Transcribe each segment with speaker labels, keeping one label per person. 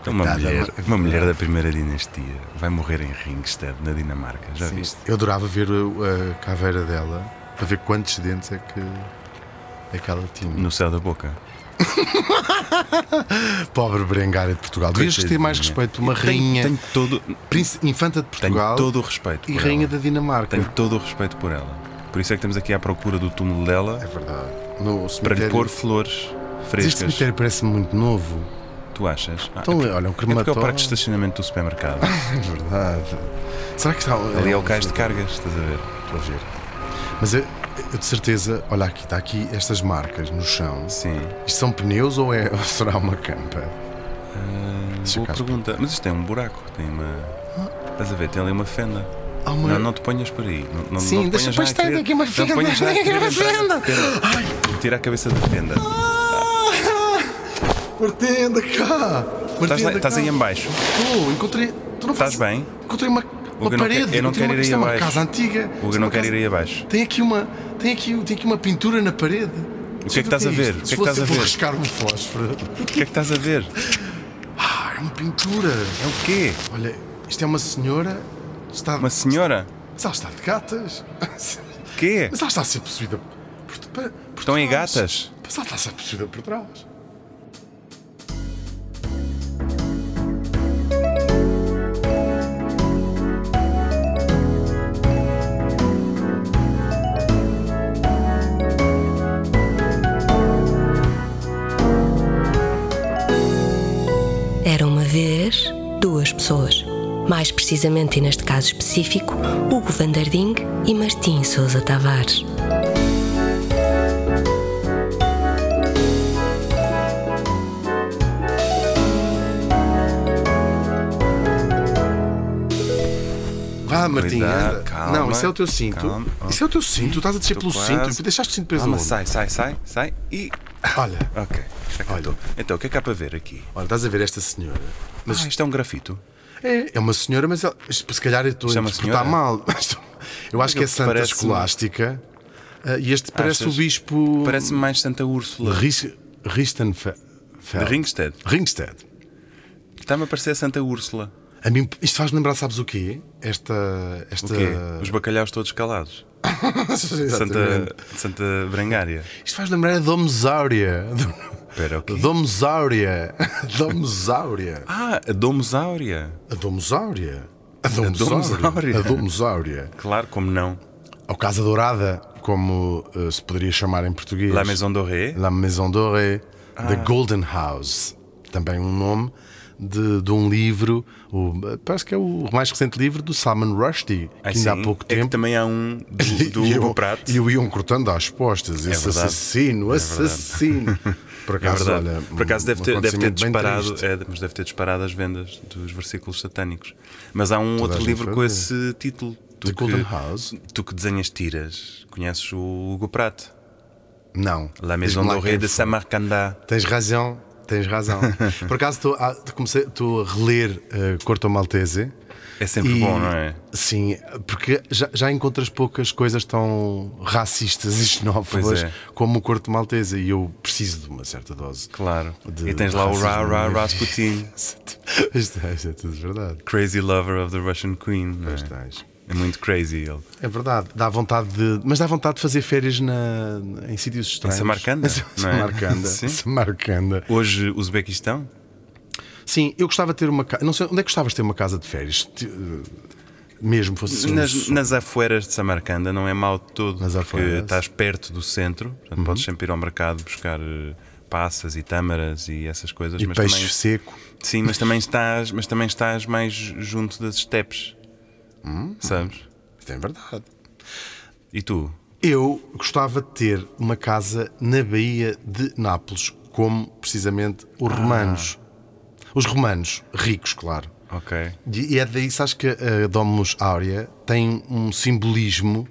Speaker 1: Então, uma,
Speaker 2: Coitada,
Speaker 1: mulher,
Speaker 2: mas-
Speaker 1: uma mulher da primeira dinastia vai morrer em Ringstead, na Dinamarca. Já
Speaker 2: Sim.
Speaker 1: viste?
Speaker 2: Eu adorava ver a, a caveira dela para ver quantos dentes é que, é que ela tinha.
Speaker 1: No céu da boca.
Speaker 2: Pobre Brengara de Portugal. Devias ter é? mais
Speaker 1: Coitadinha.
Speaker 2: respeito por uma
Speaker 1: Tenho-
Speaker 2: rainha,
Speaker 1: Tenho, todo,
Speaker 2: prince- infanta de
Speaker 1: tenho
Speaker 2: Portugal
Speaker 1: todo o respeito.
Speaker 2: e
Speaker 1: por
Speaker 2: rainha
Speaker 1: ela.
Speaker 2: da Dinamarca.
Speaker 1: Tenho todo o respeito por ela. Por isso é que estamos aqui à procura do túmulo dela
Speaker 2: É verdade. No
Speaker 1: para
Speaker 2: cemitério.
Speaker 1: lhe pôr flores
Speaker 2: Mas Este
Speaker 1: frescas.
Speaker 2: cemitério parece muito novo.
Speaker 1: Tu achas? Ah,
Speaker 2: Então,
Speaker 1: é porque-
Speaker 2: olha,
Speaker 1: é porque é
Speaker 2: um
Speaker 1: o
Speaker 2: crematório.
Speaker 1: parque de estacionamento do supermercado.
Speaker 2: É verdade. Será que está
Speaker 1: Ali é o cais de cargas, estás a ver?
Speaker 2: Para ver. Mas eu, eu de certeza, olha aqui, está aqui estas marcas no chão.
Speaker 1: Sim.
Speaker 2: Isto são pneus ou, é, ou será uma campa?
Speaker 1: Ah,
Speaker 2: Deixa
Speaker 1: boa
Speaker 2: cá. Ah.
Speaker 1: pergunta. Mas isto é um buraco, tem uma. Estás a ver? Tem ali uma fenda.
Speaker 2: Há uma-
Speaker 1: Não, não te ponhas por aí. Não, não,
Speaker 2: Sim,
Speaker 1: não te
Speaker 2: deixa-
Speaker 1: ponhas
Speaker 2: pois
Speaker 1: já a
Speaker 2: tem
Speaker 1: querer-
Speaker 2: aqui uma
Speaker 1: não te
Speaker 2: fenda,
Speaker 1: ponhas já a
Speaker 2: tem aqui
Speaker 1: querer
Speaker 2: uma
Speaker 1: entrar na
Speaker 2: fenda.
Speaker 1: fenda. Tira a cabeça da fenda.
Speaker 2: Martenda, cá!
Speaker 1: Estás, lá-
Speaker 2: Martenda,
Speaker 1: estás
Speaker 2: cá.
Speaker 1: aí em baixo?
Speaker 2: Estou, encontrei. Tu não
Speaker 1: Estás
Speaker 2: fazes-
Speaker 1: bem?
Speaker 2: Encontrei uma, uma
Speaker 1: não
Speaker 2: parede.
Speaker 1: quer- eu não quero
Speaker 2: encontrei uma,
Speaker 1: ir aí
Speaker 2: isto é uma
Speaker 1: abaixo.
Speaker 2: casa
Speaker 1: O
Speaker 2: antiga. Isto
Speaker 1: que
Speaker 2: é
Speaker 1: não
Speaker 2: uma
Speaker 1: quer
Speaker 2: casa-
Speaker 1: ir aí abaixo.
Speaker 2: Tem aqui uma, tem aqui, tem aqui uma pintura na parede.
Speaker 1: O que é que estás a ver? O que é que
Speaker 2: Se fosse
Speaker 1: estás a
Speaker 2: eu vou
Speaker 1: ver?
Speaker 2: riscar um fósforo.
Speaker 1: O que é que estás a ver?
Speaker 2: Ah, é uma pintura.
Speaker 1: É o quê?
Speaker 2: Olha, isto é uma senhora. Está,
Speaker 1: Uma senhora?
Speaker 2: Mas ela está de gatas.
Speaker 1: O quê?
Speaker 2: Mas ela está a ser possuída por, por, por
Speaker 1: Estão em
Speaker 2: trás.
Speaker 1: gatas?
Speaker 2: Mas ela está a ser possuída por trás.
Speaker 3: Era uma vez duas pessoas. Mais precisamente, e neste caso específico, Hugo Vanderding e Martim Sousa Tavares.
Speaker 2: Vá, Martim,
Speaker 1: Cuidado,
Speaker 2: anda.
Speaker 1: calma,
Speaker 2: não, isso é o teu cinto.
Speaker 1: calma.
Speaker 2: Isso é o teu cinto. Tu estás a descer
Speaker 1: Estou
Speaker 2: pelo
Speaker 1: quase.
Speaker 2: cinto. Deixaste o cinto preso
Speaker 1: Calma,
Speaker 2: onde?
Speaker 1: sai, sai, sai, sai e.
Speaker 2: Olha,
Speaker 1: Ok. já cá
Speaker 2: Olha.
Speaker 1: estou. Então, o que é que há para ver aqui?
Speaker 2: olha, estás a ver esta senhora. Mas
Speaker 1: Ah, isto é um grafito.
Speaker 2: é, é uma senhora, mas ela, se calhar eu estou
Speaker 1: Isto
Speaker 2: a
Speaker 1: é uma
Speaker 2: interpretar
Speaker 1: senhora?
Speaker 2: mal. Eu acho que
Speaker 1: Porque
Speaker 2: é Santa
Speaker 1: parece-me-
Speaker 2: Escolástica. Ah, e este parece
Speaker 1: Achas?
Speaker 2: o bispo.
Speaker 1: Parece-me mais Santa Úrsula.
Speaker 2: Ris- Ristenfe-
Speaker 1: De
Speaker 2: Fel-
Speaker 1: Ringstead.
Speaker 2: Ringstead.
Speaker 1: Está-me a parecer Santa Úrsula.
Speaker 2: A mim, isto faz-me lembrar, sabes o quê? Esta.
Speaker 1: O
Speaker 2: esta...
Speaker 1: quê? Os bacalhaus todos calados. Santa,
Speaker 2: Exatamente.
Speaker 1: Santa Brangária.
Speaker 2: Isto faz lembrar a Domosáuria.
Speaker 1: Espera, o quê?
Speaker 2: Domosáuria. Domosáuria.
Speaker 1: Ah, a Domosáuria.
Speaker 2: A Domosáuria. A
Speaker 1: Domosáuria.
Speaker 2: Domosáuria. A Domosáuria.
Speaker 1: Claro, como não.
Speaker 2: Ou Casa Dourada, como eh, se poderia chamar em português.
Speaker 1: La Maison Ah. Dorée.
Speaker 2: La Maison Dorée. The Golden House. Também um nome de, de um livro, o- parece que é o mais recente livro do Salman Rushdie, que
Speaker 1: Ah,
Speaker 2: ainda há
Speaker 1: sim.
Speaker 2: pouco
Speaker 1: É que
Speaker 2: tempo.
Speaker 1: também há um do, do
Speaker 2: E eu-
Speaker 1: Hugo Prato.
Speaker 2: E o iam cortando às postas. Esse
Speaker 1: verdade.
Speaker 2: assassino,
Speaker 1: É
Speaker 2: assassino. Por
Speaker 1: É
Speaker 2: acaso,
Speaker 1: verdade.
Speaker 2: olha.
Speaker 1: Por acaso
Speaker 2: um
Speaker 1: deve ter, deve ter
Speaker 2: acontecimento bem
Speaker 1: disparado,
Speaker 2: triste.
Speaker 1: é, mas deve ter disparado as vendas dos versículos satânicos. Mas há um outro
Speaker 2: gente
Speaker 1: livro
Speaker 2: vai
Speaker 1: com
Speaker 2: ver.
Speaker 1: esse título. Tu
Speaker 2: The Golden House?
Speaker 1: Tu que desenhas tiras, conheces o Hugo Prato.
Speaker 2: Não.
Speaker 1: La
Speaker 2: Diz-me
Speaker 1: Maison
Speaker 2: lá
Speaker 1: Dorée
Speaker 2: quem
Speaker 1: de
Speaker 2: foi.
Speaker 1: Samarcanda.
Speaker 2: Tens razão, tens razão. Por acaso ah, estou a, comecei, estou a reler eh, Corto Maltese.
Speaker 1: É sempre
Speaker 2: E-
Speaker 1: bom, não é?
Speaker 2: Sim, porque já, já encontras poucas coisas tão racistas e xenófobas
Speaker 1: Pois é.
Speaker 2: como o Corto Maltese e eu preciso de uma certa dose.
Speaker 1: Claro.
Speaker 2: de
Speaker 1: e tens lá o Ra
Speaker 2: racismo é? na
Speaker 1: Ra
Speaker 2: minha
Speaker 1: Rasputin,
Speaker 2: vida. Isto é, isto é tudo verdade.
Speaker 1: Crazy Lover of the Russian Queen. não é?
Speaker 2: Pois tá. tens.
Speaker 1: É muito crazy ele.
Speaker 2: É verdade, dá vontade de. Mas dá vontade de fazer férias na, em sítios estranhos.
Speaker 1: Samarcanda, não é?
Speaker 2: Samarcanda.
Speaker 1: Sim.
Speaker 2: Samarcanda.
Speaker 1: Hoje, Uzbequistão?
Speaker 2: Sim, eu gostava de ter uma casa. Não sei, onde é que gostavas de ter uma casa de férias? Ti- eh, Mesmo fosse. um
Speaker 1: Nas,
Speaker 2: sonho.
Speaker 1: nas afueras de Samarcanda não é mau de todo,
Speaker 2: Nas Uhum.
Speaker 1: porque
Speaker 2: afueras.
Speaker 1: estás perto do centro, portanto, podes sempre ir ao mercado buscar eh, passas e tâmaras e essas coisas.
Speaker 2: E
Speaker 1: mas
Speaker 2: peixe
Speaker 1: também,
Speaker 2: seco.
Speaker 1: Sim, mas também, estás, mas também estás mais junto das estepes,
Speaker 2: Hum.
Speaker 1: sabes?
Speaker 2: Isto é verdade.
Speaker 1: E tu?
Speaker 2: Eu gostava de ter uma casa na Baía de Nápoles, como precisamente
Speaker 1: Ah.
Speaker 2: os romanos. Os romanos, ricos, claro.
Speaker 1: Ok.
Speaker 2: E e é daí, sabes que a Domus Aurea tem um simbolismo.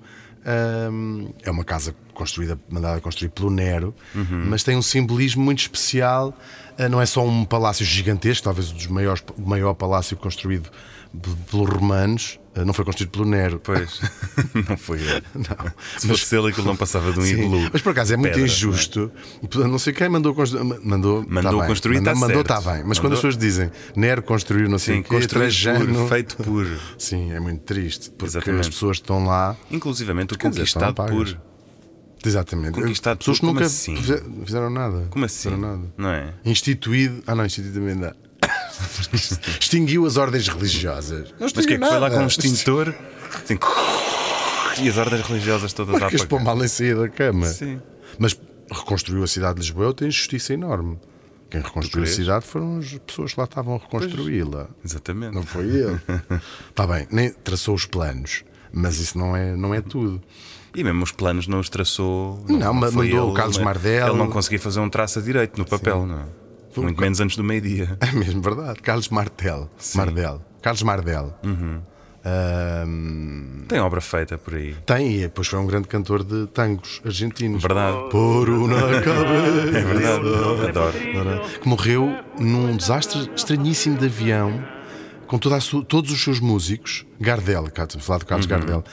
Speaker 2: hum, é uma casa construída, mandada construir pelo Nero,
Speaker 1: Uhum.
Speaker 2: mas tem um simbolismo muito especial. Ah, Não é só um palácio gigantesco, talvez o dos maiores, o maior palácio construído p- pelos romanos. Ah, Não foi construído pelo Nero.
Speaker 1: Pois, não foi ele.
Speaker 2: Não.
Speaker 1: Se fosse ele, aquilo não passava de um
Speaker 2: Sim,
Speaker 1: ídolo.
Speaker 2: Mas por acaso é muito
Speaker 1: pedra,
Speaker 2: injusto. Portanto, Não sei quem mandou construir. Mandou,
Speaker 1: é? Mandou
Speaker 2: tá bem.
Speaker 1: construir,
Speaker 2: Mandou-
Speaker 1: tá
Speaker 2: Mandou,
Speaker 1: certo.
Speaker 2: está bem. Mas quando
Speaker 1: Mandou-
Speaker 2: as pessoas dizem Nero construiu, não sei
Speaker 1: Sim,
Speaker 2: o quê,
Speaker 1: construído
Speaker 2: Trajano.
Speaker 1: por, feito por.
Speaker 2: Sim, é muito triste. Porque
Speaker 1: Exatamente.
Speaker 2: as pessoas estão lá.
Speaker 1: Inclusivamente o
Speaker 2: Quer dizer, estão
Speaker 1: conquistado
Speaker 2: apagas.
Speaker 1: por.
Speaker 2: Exatamente.
Speaker 1: Conquistado
Speaker 2: pessoas que
Speaker 1: por- como
Speaker 2: nunca
Speaker 1: assim?
Speaker 2: fize- fizeram nada.
Speaker 1: Como assim?
Speaker 2: Fizeram nada.
Speaker 1: Não é?
Speaker 2: Instituído. Ah, não, instituído também dá. Extinguiu as ordens religiosas. Não
Speaker 1: Mas o que é que foi lá
Speaker 2: nada.
Speaker 1: com um extintor? Assim, e as ordens religiosas todas a
Speaker 2: Porque as
Speaker 1: apagar.
Speaker 2: pombal em saía da cama.
Speaker 1: Sim.
Speaker 2: Mas reconstruiu a cidade de Lisboa, eu tenho justiça enorme. Quem reconstruiu a
Speaker 1: Tu crês?
Speaker 2: cidade foram as pessoas que lá estavam a reconstruí-la.
Speaker 1: Exatamente.
Speaker 2: um Não foi ele. Está bem, nem traçou os planos, mas isso não é, não é tudo.
Speaker 1: E mesmo os planos não os traçou.
Speaker 2: Não, ma-
Speaker 1: foi
Speaker 2: mandou o
Speaker 1: ele,
Speaker 2: Carlos
Speaker 1: mas
Speaker 2: Mardel.
Speaker 1: Ele não conseguia fazer um traço a direito no papel, não é?
Speaker 2: Foi um
Speaker 1: Muito
Speaker 2: ca-
Speaker 1: menos antes do meio-dia.
Speaker 2: É mesmo verdade. Carlos Martel. Mardel. Carlos Mardel. Ahm,
Speaker 1: Tem obra feita por aí.
Speaker 2: tem, e depois foi um grande cantor de tangos argentinos.
Speaker 1: Verdade.
Speaker 2: Por uma cabeça.
Speaker 1: É verdade. Adoro.
Speaker 2: que morreu num desastre estranhíssimo de avião, com toda a su- todos os seus músicos, Gardel, cá estamos a falar do Carlos
Speaker 1: Uhum.
Speaker 2: Gardel,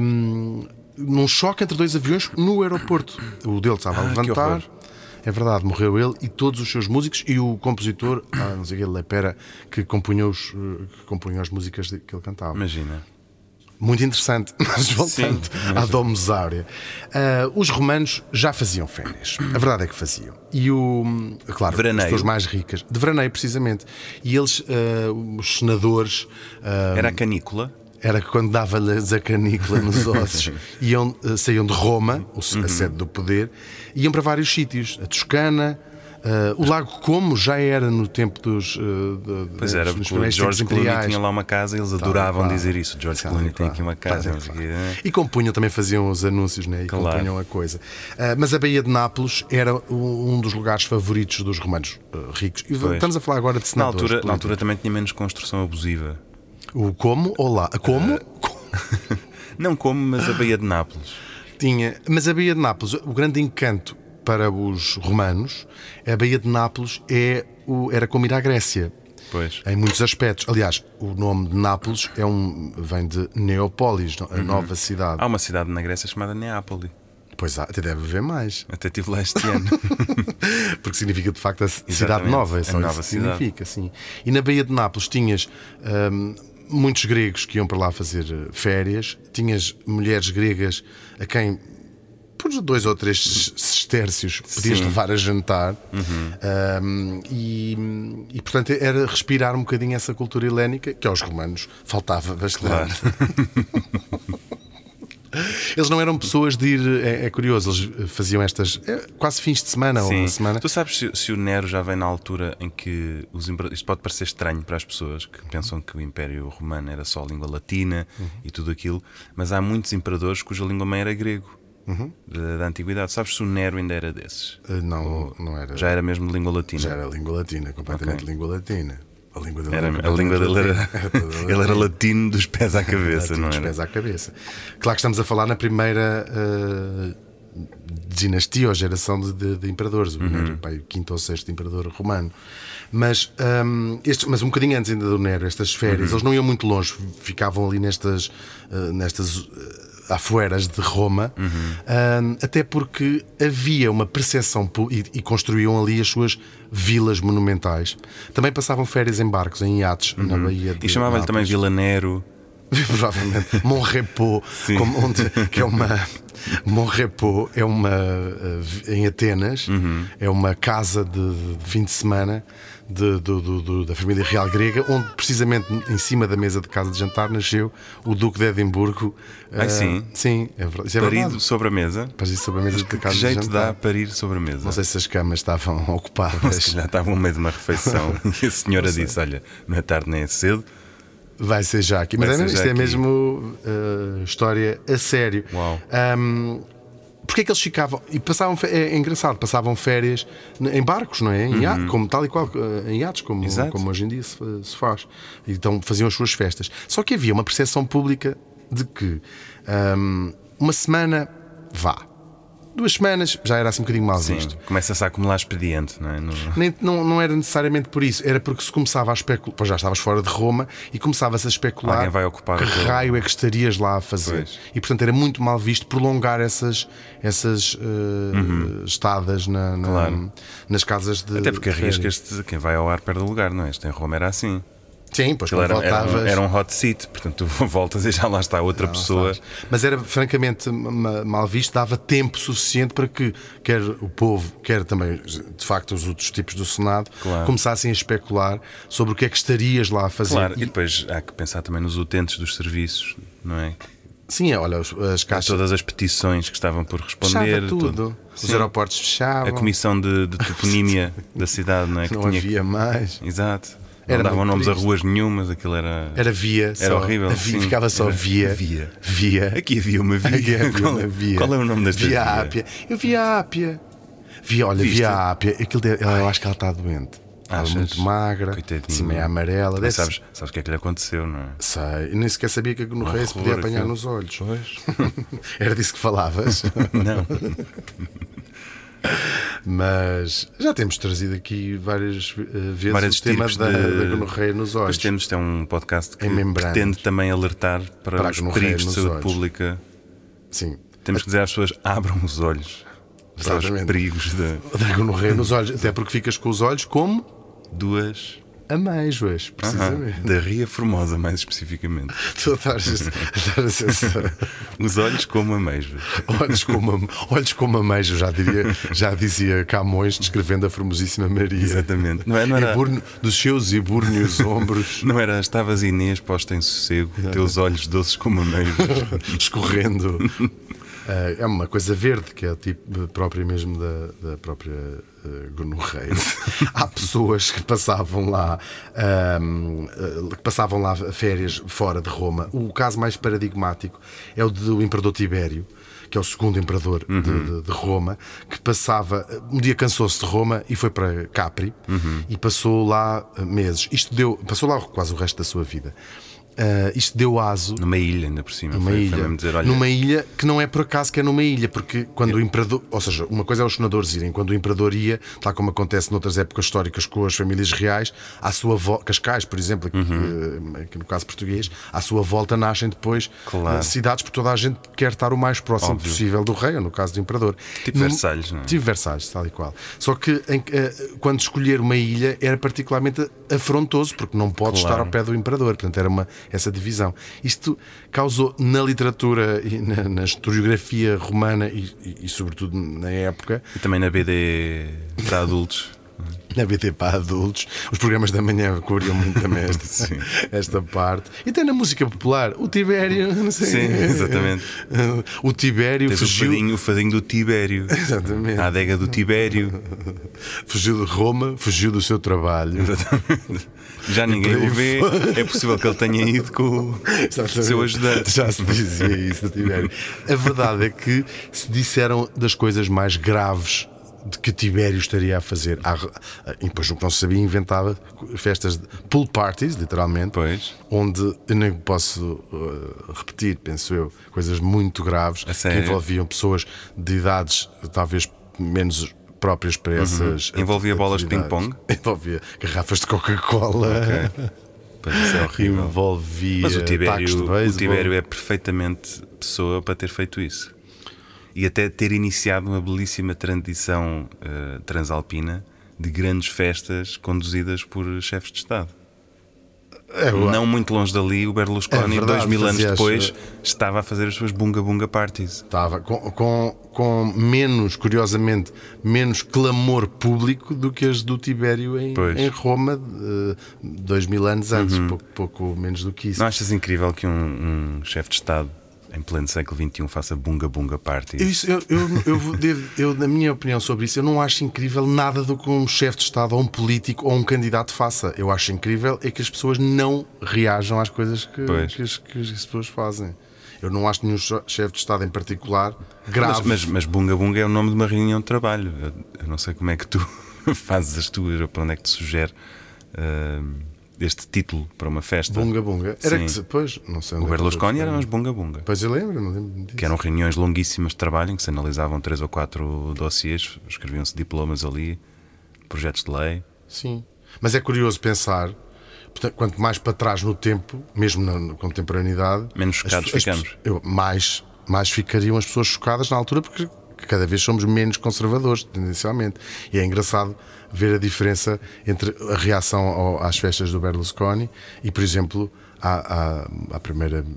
Speaker 2: hum, num choque entre dois aviões no aeroporto. O dele estava a
Speaker 1: Ah, que
Speaker 2: levantar.
Speaker 1: horror.
Speaker 2: É verdade, morreu ele e todos os seus músicos e o compositor, ah, não sei aquele Lepera, que compunha, os, eh, que compunha as músicas de- que ele cantava.
Speaker 1: Imagina.
Speaker 2: Muito interessante, mas voltando
Speaker 1: Sim,
Speaker 2: à Domosária. Ah, os romanos já faziam férias. A verdade é que faziam. E o. Claro,
Speaker 1: Veraneio.
Speaker 2: as pessoas mais ricas. De veraneio, precisamente. E eles, ah, os senadores, ah,
Speaker 1: Era a canícula.
Speaker 2: era que quando dava-lhes a canícula nos ossos, iam, ah, saíam de Roma, o
Speaker 1: Uhum.
Speaker 2: se- a sede do poder, iam para vários sítios. A Toscana. ah, o Lago Como já era no tempo dos. ah, de- de-
Speaker 1: Pois era,
Speaker 2: dos
Speaker 1: porque o
Speaker 2: primeiros
Speaker 1: George
Speaker 2: tempos
Speaker 1: Clooney
Speaker 2: imperiais.
Speaker 1: tinha lá uma casa e eles adoravam
Speaker 2: claro.
Speaker 1: dizer isso. George
Speaker 2: Claro,
Speaker 1: Clooney tem
Speaker 2: claro.
Speaker 1: aqui uma casa.
Speaker 2: Claro,
Speaker 1: não sei o
Speaker 2: claro.
Speaker 1: quê, né?
Speaker 2: E compunham, também faziam os anúncios, né? E
Speaker 1: Claro.
Speaker 2: compunham a coisa. Ah, mas a Baía de Nápoles era um um dos lugares favoritos dos romanos ah, ricos. E
Speaker 1: Pois.
Speaker 2: estamos a falar agora de
Speaker 1: Na
Speaker 2: senadores.
Speaker 1: altura, na
Speaker 2: políticos.
Speaker 1: altura também tinha menos construção abusiva.
Speaker 2: O como ou lá? A Como?
Speaker 1: Ah. Não como, mas a Baía de Nápoles.
Speaker 2: Tinha. Mas a Baía de Nápoles, o grande encanto para os romanos, a Baía de Nápoles é o- era como ir à Grécia.
Speaker 1: Pois.
Speaker 2: Em muitos aspectos. Aliás, o nome de Nápoles é um, vem de Neópolis, a
Speaker 1: Uhum.
Speaker 2: nova cidade.
Speaker 1: Há uma cidade na Grécia chamada Neápolis.
Speaker 2: Pois há, até deve haver mais.
Speaker 1: Até estive lá este ano.
Speaker 2: Porque significa de facto a c- cidade
Speaker 1: Exatamente,
Speaker 2: nova,
Speaker 1: a
Speaker 2: é só
Speaker 1: nova
Speaker 2: isso que
Speaker 1: cidade.
Speaker 2: significa, sim. E na Baía de Nápoles tinhas hum, muitos gregos que iam para lá fazer eh, férias, tinhas mulheres gregas a quem por dois ou três cis- cistércios podias
Speaker 1: Sim. Uhum.
Speaker 2: levar a jantar Hum, e, e portanto era respirar um bocadinho essa cultura helénica que aos romanos faltava bastante.
Speaker 1: Claro.
Speaker 2: Eles não eram pessoas de ir, é, é curioso, eles eh, faziam estas eh, quase fins de semana ou
Speaker 1: Sim.
Speaker 2: uma semana.
Speaker 1: Tu sabes se, se o Nero já vem na altura em que os imper- isto pode parecer estranho para as pessoas que pensam que o Império Romano era só língua latina
Speaker 2: Uhum.
Speaker 1: e tudo aquilo, mas há muitos imperadores cuja língua mãe era grego
Speaker 2: Uhum.
Speaker 1: da, da antiguidade. Sabes se o Nero ainda era desses?
Speaker 2: Eh, Não, não era.
Speaker 1: Já era mesmo de língua latina.
Speaker 2: Já era língua latina, completamente
Speaker 1: Ok.
Speaker 2: língua latina. A língua dele
Speaker 1: Era- a
Speaker 2: completamente
Speaker 1: língua dele era,
Speaker 2: latina. toda
Speaker 1: ele era
Speaker 2: latina.
Speaker 1: latino dos pés à cabeça,
Speaker 2: Latim
Speaker 1: não
Speaker 2: dos
Speaker 1: era?
Speaker 2: pés à cabeça. Claro que estamos a falar na primeira eh, dinastia ou geração de, de- de imperadores, o
Speaker 1: Uhum.
Speaker 2: Nero, pai, o quinto ou sexto imperador romano. Mas, ahm, estes- mas um bocadinho antes ainda do Nero, estas férias,
Speaker 1: Uhum.
Speaker 2: eles não iam muito longe, ficavam ali nestas, eh, nestas eh, afueras de Roma,
Speaker 1: Uhum.
Speaker 2: ahm, até porque havia uma percepção pu- e, e construíam ali as suas vilas monumentais. Também passavam férias em barcos, em iates, na Baía
Speaker 1: Uhum.
Speaker 2: de
Speaker 1: E chamava-lhe
Speaker 2: Nápoles.
Speaker 1: também Vila Nero.
Speaker 2: Provavelmente. Mon Repos, como onde, que é uma. Mon Repos é uma. eh, vi- em Atenas,
Speaker 1: Uhum.
Speaker 2: é uma casa de, de fim de semana de- do- do- do- da família real grega, onde precisamente em cima da mesa de casa de jantar nasceu o Duque de Edimburgo.
Speaker 1: Ai,
Speaker 2: eh,
Speaker 1: sim?
Speaker 2: Sim, é verdade. Isso é
Speaker 1: Parido
Speaker 2: verdade.
Speaker 1: sobre a mesa.
Speaker 2: Parido sobre a mesa de
Speaker 1: Que
Speaker 2: casa de
Speaker 1: jeito
Speaker 2: jantar.
Speaker 1: dá parir sobre a mesa?
Speaker 2: Não sei se as camas estavam
Speaker 1: Se
Speaker 2: ocupadas.
Speaker 1: calhar estavam no meio de uma refeição e a senhora disse: Olha, não é tarde nem é cedo.
Speaker 2: Vai ser já aqui. Mas
Speaker 1: Vai ser
Speaker 2: é, mesmo-
Speaker 1: já
Speaker 2: isto é
Speaker 1: aqui.
Speaker 2: mesmo eh, história a sério.
Speaker 1: Uau.
Speaker 2: Ahm, porque é que eles ficavam. E passavam. fe- É, é engraçado, passavam férias n- em barcos, não é? Em iates, como, tal e qual, eh, em iates, como,
Speaker 1: Uhum. Exato.
Speaker 2: como hoje em dia se, fa- se faz. Então faziam as suas festas. Só que havia uma percepção pública de que ahm, uma semana vá. duas semanas, já era assim um bocadinho mal
Speaker 1: Sim,
Speaker 2: visto.
Speaker 1: começa-se a acumular expediente, não é? No-
Speaker 2: Nem- não, não era necessariamente por isso, era porque se começava a especular, pois já estavas fora de Roma e começava-se a especular
Speaker 1: Alguém vai ocupar
Speaker 2: que
Speaker 1: o teu-
Speaker 2: raio é que estarias lá a fazer.
Speaker 1: Pois.
Speaker 2: E portanto era muito mal visto prolongar essas, essas eh, estadas na- na-
Speaker 1: Uhum. Claro.
Speaker 2: nas casas de.
Speaker 1: Até porque
Speaker 2: de férias.
Speaker 1: arriscas-te, quem vai ao ar perde o lugar, não é? Isto em Roma era assim.
Speaker 2: Sim, pois
Speaker 1: Aquilo
Speaker 2: quando
Speaker 1: era, era,
Speaker 2: voltavas.
Speaker 1: um- era um hot seat, portanto tu voltas e já lá está outra pessoa.
Speaker 2: Mas era francamente ma- mal visto, dava tempo suficiente para que quer o povo, quer também de facto os outros tipos do Senado,
Speaker 1: Claro.
Speaker 2: começassem a especular sobre o que é que estarias lá a fazer.
Speaker 1: Claro, e
Speaker 2: E-
Speaker 1: depois há que pensar também nos utentes dos serviços, não é?
Speaker 2: sim, olha, os- as caixas
Speaker 1: Todas as petições que estavam por
Speaker 2: fechava
Speaker 1: responder.
Speaker 2: tudo. Os
Speaker 1: Sim.
Speaker 2: aeroportos fechavam,
Speaker 1: A comissão de, de toponímia da cidade, não é? Que
Speaker 2: não
Speaker 1: tinha que-
Speaker 2: havia mais.
Speaker 1: Exato.
Speaker 2: Era
Speaker 1: não davam
Speaker 2: muito
Speaker 1: nomes a
Speaker 2: triste.
Speaker 1: ruas nenhumas, aquilo era.
Speaker 2: Era via,
Speaker 1: Era horrível,
Speaker 2: havia-
Speaker 1: sim.
Speaker 2: ficava só
Speaker 1: Era-
Speaker 2: via,
Speaker 1: via.
Speaker 2: via.
Speaker 1: Aqui havia uma via.
Speaker 2: Aqui havia
Speaker 1: qual,
Speaker 2: uma via.
Speaker 1: qual é o nome desta
Speaker 2: Via
Speaker 1: via?
Speaker 2: Ápia. Eu vi a Ápia. Vi, olha,
Speaker 1: Viste?
Speaker 2: vi a Ápia. Aquilo de- ela- eu acho que ela está doente. Estava
Speaker 1: Achas?
Speaker 2: muito magra,
Speaker 1: Coitadinha.
Speaker 2: assim meio amarela.
Speaker 1: Também
Speaker 2: Deve
Speaker 1: Sabes, sabes o que é que lhe aconteceu, não é?
Speaker 2: Sei, eu nem sequer sabia que a gonorreia se
Speaker 1: horror,
Speaker 2: podia apanhar
Speaker 1: aquilo.
Speaker 2: nos olhos. Era disso que falavas.
Speaker 1: Não.
Speaker 2: Mas já temos trazido aqui várias eh, vezes
Speaker 1: Vários
Speaker 2: o tema
Speaker 1: tipos
Speaker 2: da,
Speaker 1: de-
Speaker 2: da gonorreia nos
Speaker 1: Depois
Speaker 2: olhos.
Speaker 1: temos, isto é um podcast que
Speaker 2: Em membranas.
Speaker 1: pretende também alertar para,
Speaker 2: Para a
Speaker 1: os
Speaker 2: gonorreia
Speaker 1: perigos de
Speaker 2: nos
Speaker 1: saúde
Speaker 2: olhos.
Speaker 1: pública.
Speaker 2: Sim.
Speaker 1: Temos que dizer às pessoas: abram os olhos para os
Speaker 2: Exatamente.
Speaker 1: perigos de
Speaker 2: Da gonorreia nos olhos, até porque ficas com os olhos como
Speaker 1: duas.
Speaker 2: amêijoas,
Speaker 1: Ah,
Speaker 2: precisamente.
Speaker 1: da Ria Formosa, mais especificamente.
Speaker 2: Tu estás a dar essa-
Speaker 1: Os olhos como ameijoas.
Speaker 2: olhos como am- olhos como ameijo, já diria, já dizia Camões descrevendo a formosíssima Maria.
Speaker 1: Exatamente. Não é- não
Speaker 2: E
Speaker 1: era-
Speaker 2: burno- dos seus ibúrneos ombros
Speaker 1: Não era, estavas Inês posta em sossego, teus olhos doces como ameijoas.
Speaker 2: escorrendo. Ah, é uma coisa verde que é tipo própria mesmo da, da própria ah, gonorreia. Há pessoas que passavam lá ahm, ah, que passavam lá férias fora de Roma. O caso mais paradigmático é o do imperador Tibério. Que é o segundo imperador de- de, de Roma, que passava. Um dia cansou-se de Roma e foi para Capri e passou lá ah, meses. Isto deu. Passou lá quase o resto da sua vida. Ah, isto deu aso
Speaker 1: Numa ilha, ainda por cima.
Speaker 2: numa
Speaker 1: foi,
Speaker 2: ilha,
Speaker 1: Foi mesmo dizer, olha,
Speaker 2: numa ilha que não é por acaso que é numa ilha, porque quando o imperador, ou seja, uma coisa é os senadores irem, quando o imperador ia, tal como acontece noutras épocas históricas com as famílias reais, à sua volta, Cascais, por exemplo, aqui,
Speaker 1: Uhum.
Speaker 2: eh, aqui no caso português, à sua volta nascem depois
Speaker 1: Claro.
Speaker 2: eh, cidades, porque toda a gente quer estar o mais próximo
Speaker 1: Óbvio.
Speaker 2: possível do rei, ou no caso do imperador.
Speaker 1: Tipo
Speaker 2: Num-
Speaker 1: Versalhes, não é?
Speaker 2: Tipo Versalhes, tal e qual. Só que em- eh, quando escolher uma ilha era particularmente afrontoso, porque não pode
Speaker 1: Claro.
Speaker 2: estar ao pé do imperador. Portanto, era uma, essa divisão. Isto causou na literatura e na, na historiografia romana e, e- e, sobretudo, na época,
Speaker 1: E também na BD para adultos.
Speaker 2: na BT para adultos, os programas da manhã cobriam muito também esta,
Speaker 1: Sim.
Speaker 2: esta parte. E até na música popular, o Tibério, não sei.
Speaker 1: Sim, exatamente. um
Speaker 2: O Tibério
Speaker 1: Tens o
Speaker 2: fugiu.
Speaker 1: fadinho, o fadinho do Tibério.
Speaker 2: Exatamente.
Speaker 1: A adega do Tibério.
Speaker 2: Fugiu de Roma, fugiu do seu trabalho.
Speaker 1: Exatamente. Já ninguém o vê. É possível que ele tenha ido com o
Speaker 2: Exatamente.
Speaker 1: seu ajudante.
Speaker 2: Já se dizia isso, Tibério. A verdade é que se disseram das coisas mais graves de que Tibério estaria a fazer. Há- E depois o que não se sabia inventava festas de pool parties, literalmente.
Speaker 1: Pois.
Speaker 2: Onde eu nem posso uh, repetir, penso eu, coisas muito graves que
Speaker 1: sério?
Speaker 2: envolviam pessoas de idades talvez menos próprias para essas.
Speaker 1: Uhum. Envolvia bolas de
Speaker 2: atividades.
Speaker 1: ping-pong?
Speaker 2: Envolvia garrafas de Coca-Cola.
Speaker 1: Pois isso é horrível.
Speaker 2: Envolvia
Speaker 1: Mas o
Speaker 2: tacos de
Speaker 1: Tibério, o
Speaker 2: beisebol.
Speaker 1: Tibério é perfeitamente pessoa para ter feito isso. E até ter iniciado uma belíssima tradição eh, transalpina de grandes festas conduzidas por chefes de Estado. Não muito longe dali, o
Speaker 2: É
Speaker 1: Berlusconi,
Speaker 2: verdade,
Speaker 1: dois mil anos
Speaker 2: fazia as-
Speaker 1: depois, estava a fazer as suas bunga-bunga parties.
Speaker 2: Estava com, com, com menos, curiosamente, menos clamor público do que as do Tibério em,
Speaker 1: Pois. Uhum.
Speaker 2: em Roma, eh, dois mil anos antes, pouco, pouco menos do que isso.
Speaker 1: Não achas incrível que um, um chefe de Estado em pleno século XXI faça bunga-bunga
Speaker 2: Eu,
Speaker 1: parties?
Speaker 2: isso- eu, eu, eu vou- devo- eu, na minha opinião sobre isso, eu não acho incrível nada do que um chefe de Estado, ou um político, ou um candidato faça. Eu acho incrível é que as pessoas não reajam às coisas que,
Speaker 1: Pois.
Speaker 2: que, as, que as pessoas fazem. Eu não acho nenhum cho- chefe de Estado em particular grave.
Speaker 1: Mas- Mas, mas bunga bunga é o nome de uma reunião de trabalho. Eu, eu não sei como é que tu fazes as tuas ou para onde é que te sugere. Ah, deste título para uma festa.
Speaker 2: Bunga Bunga. Era
Speaker 1: Sim.
Speaker 2: que depois, não sei onde
Speaker 1: O
Speaker 2: é que
Speaker 1: Berlusconi
Speaker 2: foi.
Speaker 1: era uns bunga-bunga.
Speaker 2: Pois eu lembro, não lembro disso.
Speaker 1: Que eram reuniões longuíssimas de trabalho em que se analisavam três ou quatro dossiês, escreviam-se diplomas ali, projetos de lei.
Speaker 2: Sim. Mas é curioso pensar, portanto, quanto mais para trás no tempo, mesmo na, na contemporaneidade,
Speaker 1: Menos
Speaker 2: as
Speaker 1: chocados
Speaker 2: pe- as pe-
Speaker 1: ficamos.
Speaker 2: eu- mais, mais ficariam as pessoas chocadas na altura, porque cada vez somos menos conservadores, tendencialmente. E é engraçado ver a diferença entre a reação ao- às festas do Berlusconi e, por exemplo, à, à, à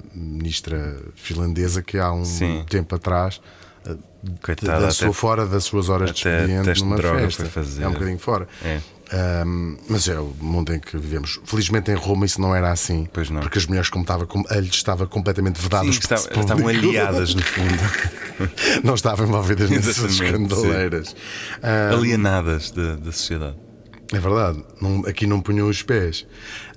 Speaker 2: primeira-ministra finlandesa, que há um
Speaker 1: Sim.
Speaker 2: tempo atrás. eh,
Speaker 1: Coitada,
Speaker 2: dançou
Speaker 1: Tá, até-
Speaker 2: fora das suas horas de
Speaker 1: até
Speaker 2: expediente
Speaker 1: teste de
Speaker 2: numa
Speaker 1: droga
Speaker 2: festa.
Speaker 1: foi fazer.
Speaker 2: É um bocadinho fora.
Speaker 1: É.
Speaker 2: Ahm, mas é o mundo em que vivemos. Felizmente em Roma isso não era assim.
Speaker 1: Pois não.
Speaker 2: Porque as mulheres, como estava, com- a lhes estava completamente
Speaker 1: Sim,
Speaker 2: vedadas
Speaker 1: estavam,
Speaker 2: por esse
Speaker 1: estavam
Speaker 2: público,
Speaker 1: aliadas, no fundo,
Speaker 2: Não estavam envolvidas nessas
Speaker 1: Exatamente,
Speaker 2: escandaleiras. Ah,
Speaker 1: alienadas da, da sociedade.
Speaker 2: é verdade, não- aqui não punham os pés.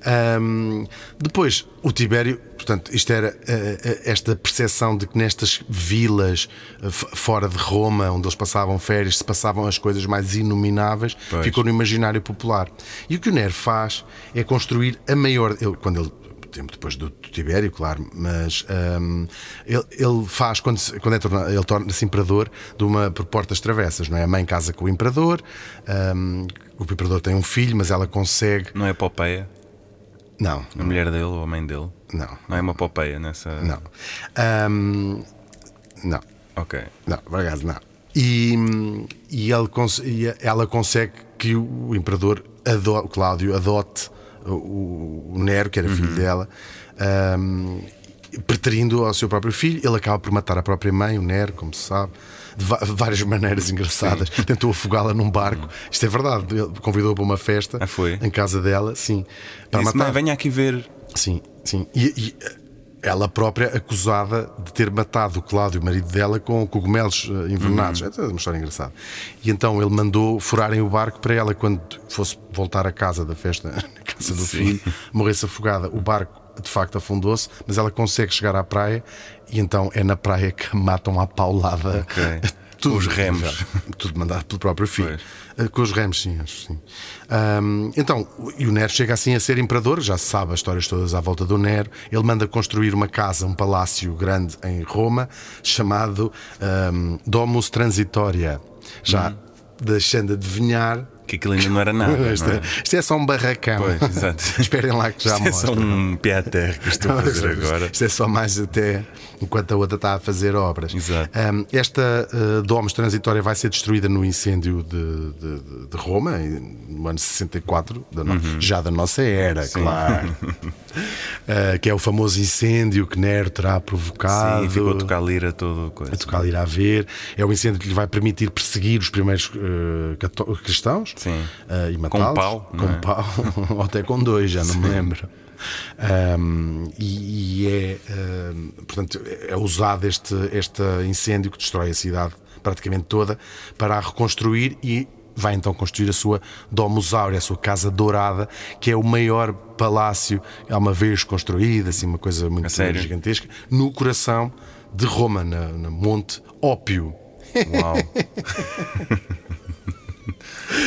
Speaker 2: Ahm, depois, o Tibério, portanto, isto era eh, eh, esta percepção de que nestas vilas eh, f- fora de Roma, onde eles passavam férias, se passavam as coisas mais inomináveis,
Speaker 1: Pois.
Speaker 2: ficou no imaginário popular. E o que o Nero faz é construir a maior. ele- quando ele tempo depois do Tibério, claro, mas hum, ele, ele faz quando, se- quando é torna, ele torna-se imperador de uma por portas travessas, não é? A mãe casa com o imperador, hum, o imperador tem um filho, mas ela consegue.
Speaker 1: Não é Popeia,
Speaker 2: Não,
Speaker 1: a mulher dele ou a mãe dele?
Speaker 2: não,
Speaker 1: Não é uma Popeia nessa.
Speaker 2: não, Hum, não,
Speaker 1: Ok.
Speaker 2: não, por acaso não. E, hum, e, ele cons- e ela consegue que o imperador, ado- o Cláudio, adote o, o Nero, que era
Speaker 1: Uhum.
Speaker 2: filho dela, hum, preterindo ao seu próprio filho. Ele acaba por matar a própria mãe, o Nero, como se sabe, de va- várias maneiras engraçadas. Tentou afogá-la num barco. Isto é verdade. Ele convidou-a para uma festa
Speaker 1: Uhum. Ah, foi?
Speaker 2: em casa dela, sim. Para
Speaker 1: Disse, mãe, venha aqui ver.
Speaker 2: Sim, sim. E, e ela própria acusada de ter matado o Cláudio, o marido dela, com cogumelos eh, envenenados. É uma história engraçada. E então ele mandou furarem o barco para ela quando fosse voltar à casa da festa, na casa do filho, morresse afogada. O barco de facto afundou-se, mas ela consegue chegar à praia e então é na praia que a matam à paulada. É
Speaker 1: Ok.
Speaker 2: Tudo
Speaker 1: Os remos.
Speaker 2: já, tudo mandado pelo próprio filho. Eh, Com os remos, sim, acho sim. Ahm, então, o- e o Nero chega assim a ser imperador, já se sabe as histórias todas à volta do Nero. Ele manda construir uma casa, um palácio grande em Roma, chamado ahm, Domus Transitoria. Já
Speaker 1: Hum.
Speaker 2: deixando adivinhar.
Speaker 1: Que aquilo ainda não era nada. não é?
Speaker 2: Isto, é, isto é só um barracão.
Speaker 1: Pois, exato.
Speaker 2: Esperem lá que já
Speaker 1: Isto é
Speaker 2: mostra.
Speaker 1: só um pé à terra que eu estou a fazer
Speaker 2: Isto-
Speaker 1: agora.
Speaker 2: Isto é só mais até enquanto a outra está a fazer obras.
Speaker 1: Exato.
Speaker 2: Ahm, esta eh, Domus transitória vai ser destruída no incêndio de, de- de- de Roma, em- no ano 64, da no-
Speaker 1: Uhum.
Speaker 2: já da nossa era, claro. Ah, que é o famoso incêndio que Nero terá provocado.
Speaker 1: Sim, ficou a tocar lira todo o coisa.
Speaker 2: A tocar irá ver, é o incêndio que lhe vai permitir perseguir os primeiros eh, cató- cristãos
Speaker 1: Sim.
Speaker 2: eh, e
Speaker 1: Com um
Speaker 2: matá-los.
Speaker 1: pau,
Speaker 2: Com
Speaker 1: não é?
Speaker 2: um pau, ou até com dois, já não me lembro. Ahm, e, e é, ahm, portanto, é usado este, este incêndio que destrói a cidade praticamente toda para a reconstruir e vai então construir a sua Domus Aurea, a sua Casa Dourada, que é o maior palácio, é uma vez construído, assim, uma coisa muito
Speaker 1: A sério?
Speaker 2: gigantesca, no coração de Roma, na, na Monte Ópio.
Speaker 1: Uau.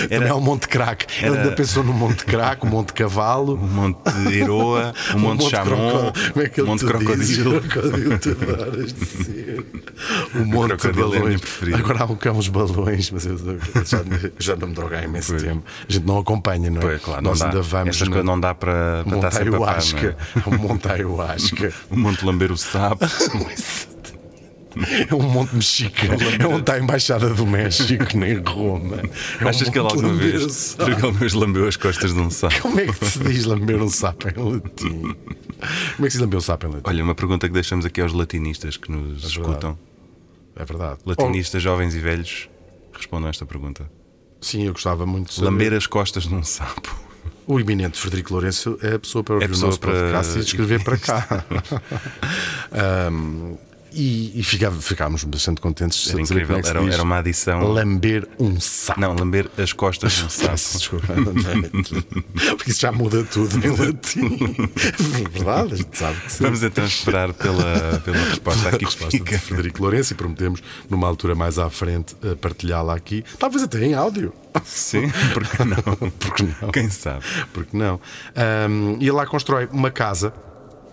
Speaker 2: Também é
Speaker 1: Era
Speaker 2: o Monte Crack. Ele
Speaker 1: era-
Speaker 2: ainda pensou no Monte Crack, o Monte Cavalo.
Speaker 1: o Monte de Heroa, o Um Monte Chamon,
Speaker 2: Croco- Como é que
Speaker 1: o
Speaker 2: ele
Speaker 1: Monte
Speaker 2: te diz?
Speaker 1: Crocodilo.
Speaker 2: Crocodilo, tu adoras dizer. O Um Monte de
Speaker 1: crocodilo é a minha
Speaker 2: Balões.
Speaker 1: preferida.
Speaker 2: Agora há um que é uns balões, mas eu já, já não me droguei há imenso tempo. A gente não acompanha, não é?
Speaker 1: Pois, claro,
Speaker 2: Nós
Speaker 1: não dá.
Speaker 2: ainda vamos.
Speaker 1: Estas coisas não dá para, para estar
Speaker 2: Monte
Speaker 1: sempre a par, não
Speaker 2: Ayahuasca.
Speaker 1: é?
Speaker 2: O Monte Ayahuasca.
Speaker 1: O Um Monte Lamber o Sapo.
Speaker 2: É um monte mexicano, é onde está a embaixada do México, nem Roma. É um
Speaker 1: Achas que ele
Speaker 2: monte
Speaker 1: alguma
Speaker 2: lamber o
Speaker 1: vez,
Speaker 2: sapo.
Speaker 1: achas que ele alguma vez lambeu as costas de um sapo?
Speaker 2: Como é que se diz lamber um sapo em latim? Como é que se diz lamber um sapo em latim?
Speaker 1: Olha, uma pergunta que deixamos aqui aos latinistas que nos escutam.
Speaker 2: É verdade.
Speaker 1: Latinistas, jovens e velhos, respondam esta pergunta.
Speaker 2: Oh, sim, eu gostava muito de saber.
Speaker 1: Lamber as costas de um sapo.
Speaker 2: O iminente Frederico Lourenço é a pessoa para ouvir o
Speaker 1: pessoa
Speaker 2: nosso
Speaker 1: para-
Speaker 2: podcast e escrever para cá. Ahm, E, e ficava- ficámos bastante contentes.
Speaker 1: Era
Speaker 2: de saber
Speaker 1: incrível,
Speaker 2: como é que se
Speaker 1: era- um-
Speaker 2: diz
Speaker 1: era uma adição.
Speaker 2: Lamber um sapo.
Speaker 1: Não, lamber as costas de um
Speaker 2: Peço
Speaker 1: sapo.
Speaker 2: Desculpa, não tenho. porque isso já muda tudo em latim. É Verdade, a gente sabe que sim.
Speaker 1: Vamos então esperar pela, pela resposta aqui que
Speaker 2: resposta de
Speaker 1: fica.
Speaker 2: Frederico Lourenço e prometemos, numa altura mais à frente, eh, partilhá-la aqui. Talvez até em áudio.
Speaker 1: Sim, porque não?
Speaker 2: Porque não?
Speaker 1: Quem sabe?
Speaker 2: Porque não? Ahm, e ele lá constrói uma casa.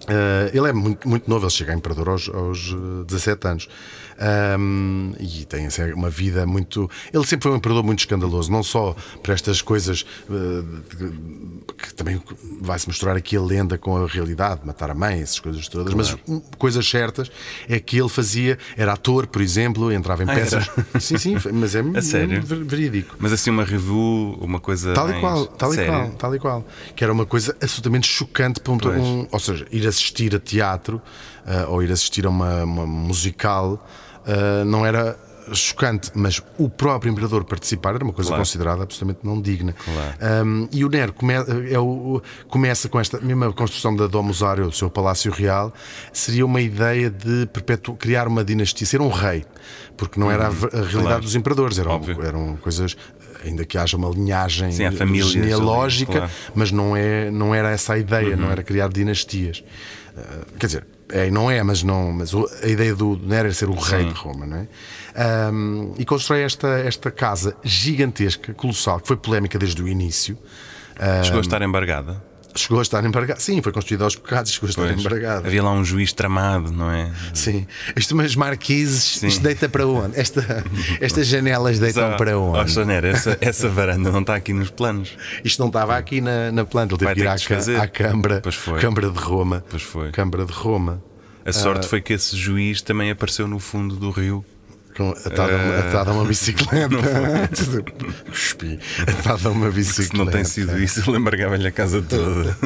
Speaker 2: Ah, ele é muito, muito novo, ele chega a imperador aos, aos eh, 17 anos Ahm, e tem assim, uma vida muito. Ele sempre foi um imperador muito escandaloso, não só para estas coisas eh, de- que também vai-se mostrar aqui a lenda com a realidade, matar a mãe, essas coisas todas, mas um, coisas certas é que ele fazia, era ator, por exemplo, entrava em
Speaker 1: Ah, era?
Speaker 2: peças. Sim, sim, mas é, mesmo
Speaker 1: sério?
Speaker 2: ver- verídico.
Speaker 1: Mas assim, uma review, uma coisa. é
Speaker 2: Tal e
Speaker 1: mais
Speaker 2: qual, tal e
Speaker 1: séria.
Speaker 2: qual, tal e qual. Que era uma coisa absolutamente chocante para um,
Speaker 1: Pois.
Speaker 2: um- Ou seja, ir assistir a teatro ah, ou ir assistir a uma, uma musical ah, não era chocante, mas o próprio imperador participar era uma coisa
Speaker 1: Claro.
Speaker 2: considerada absolutamente não digna.
Speaker 1: Claro.
Speaker 2: Um, e o Nero come- é o- começa com esta mesma construção da Domusário, o seu Palácio Real, seria uma ideia de perpetu- criar uma dinastia, ser um rei, porque não era a, ver- a realidade
Speaker 1: claro.
Speaker 2: dos imperadores, eram,
Speaker 1: Óbvio.
Speaker 2: eram coisas, ainda que haja uma linhagem
Speaker 1: Sim, há famílias ali,
Speaker 2: genealógica,
Speaker 1: claro. Uhum.
Speaker 2: mas não, é, não era essa a ideia, não era criar dinastias. Ah, quer dizer, é, e não é, mas, não, mas o- a ideia do Nero era ser o rei de Roma, não é? Ahm, e constrói esta, esta casa gigantesca, colossal, que foi polémica desde o início.
Speaker 1: Chegou a estar embargada.
Speaker 2: Chegou a estar embargada. Sim, foi construída aos pecados, chegou a estar
Speaker 1: Pois.
Speaker 2: embargada.
Speaker 1: Havia lá um juiz tramado, não é?
Speaker 2: Sim. Isto, mas marquises, isto deita para onde? Esta, estas janelas deitam Então, para
Speaker 1: Ó,
Speaker 2: onde?
Speaker 1: Sonera, essa, essa varanda não está aqui nos planos.
Speaker 2: Isto não estava aqui na, na planta, ele
Speaker 1: Vai
Speaker 2: teve que ir
Speaker 1: ter
Speaker 2: à,
Speaker 1: que
Speaker 2: ca-
Speaker 1: desfazer.
Speaker 2: à Câmara,
Speaker 1: Pois foi.
Speaker 2: Câmara de Roma.
Speaker 1: Pois foi.
Speaker 2: Câmara de Roma.
Speaker 1: A sorte
Speaker 2: Ah.
Speaker 1: foi que esse juiz também apareceu no fundo do rio.
Speaker 2: Com, atado, a uma- atado a
Speaker 1: Ah,
Speaker 2: uma bicicleta. Cuspi. Atado a uma
Speaker 1: Se
Speaker 2: bicicleta.
Speaker 1: não tem sido isso, ele embargava-lhe a casa toda.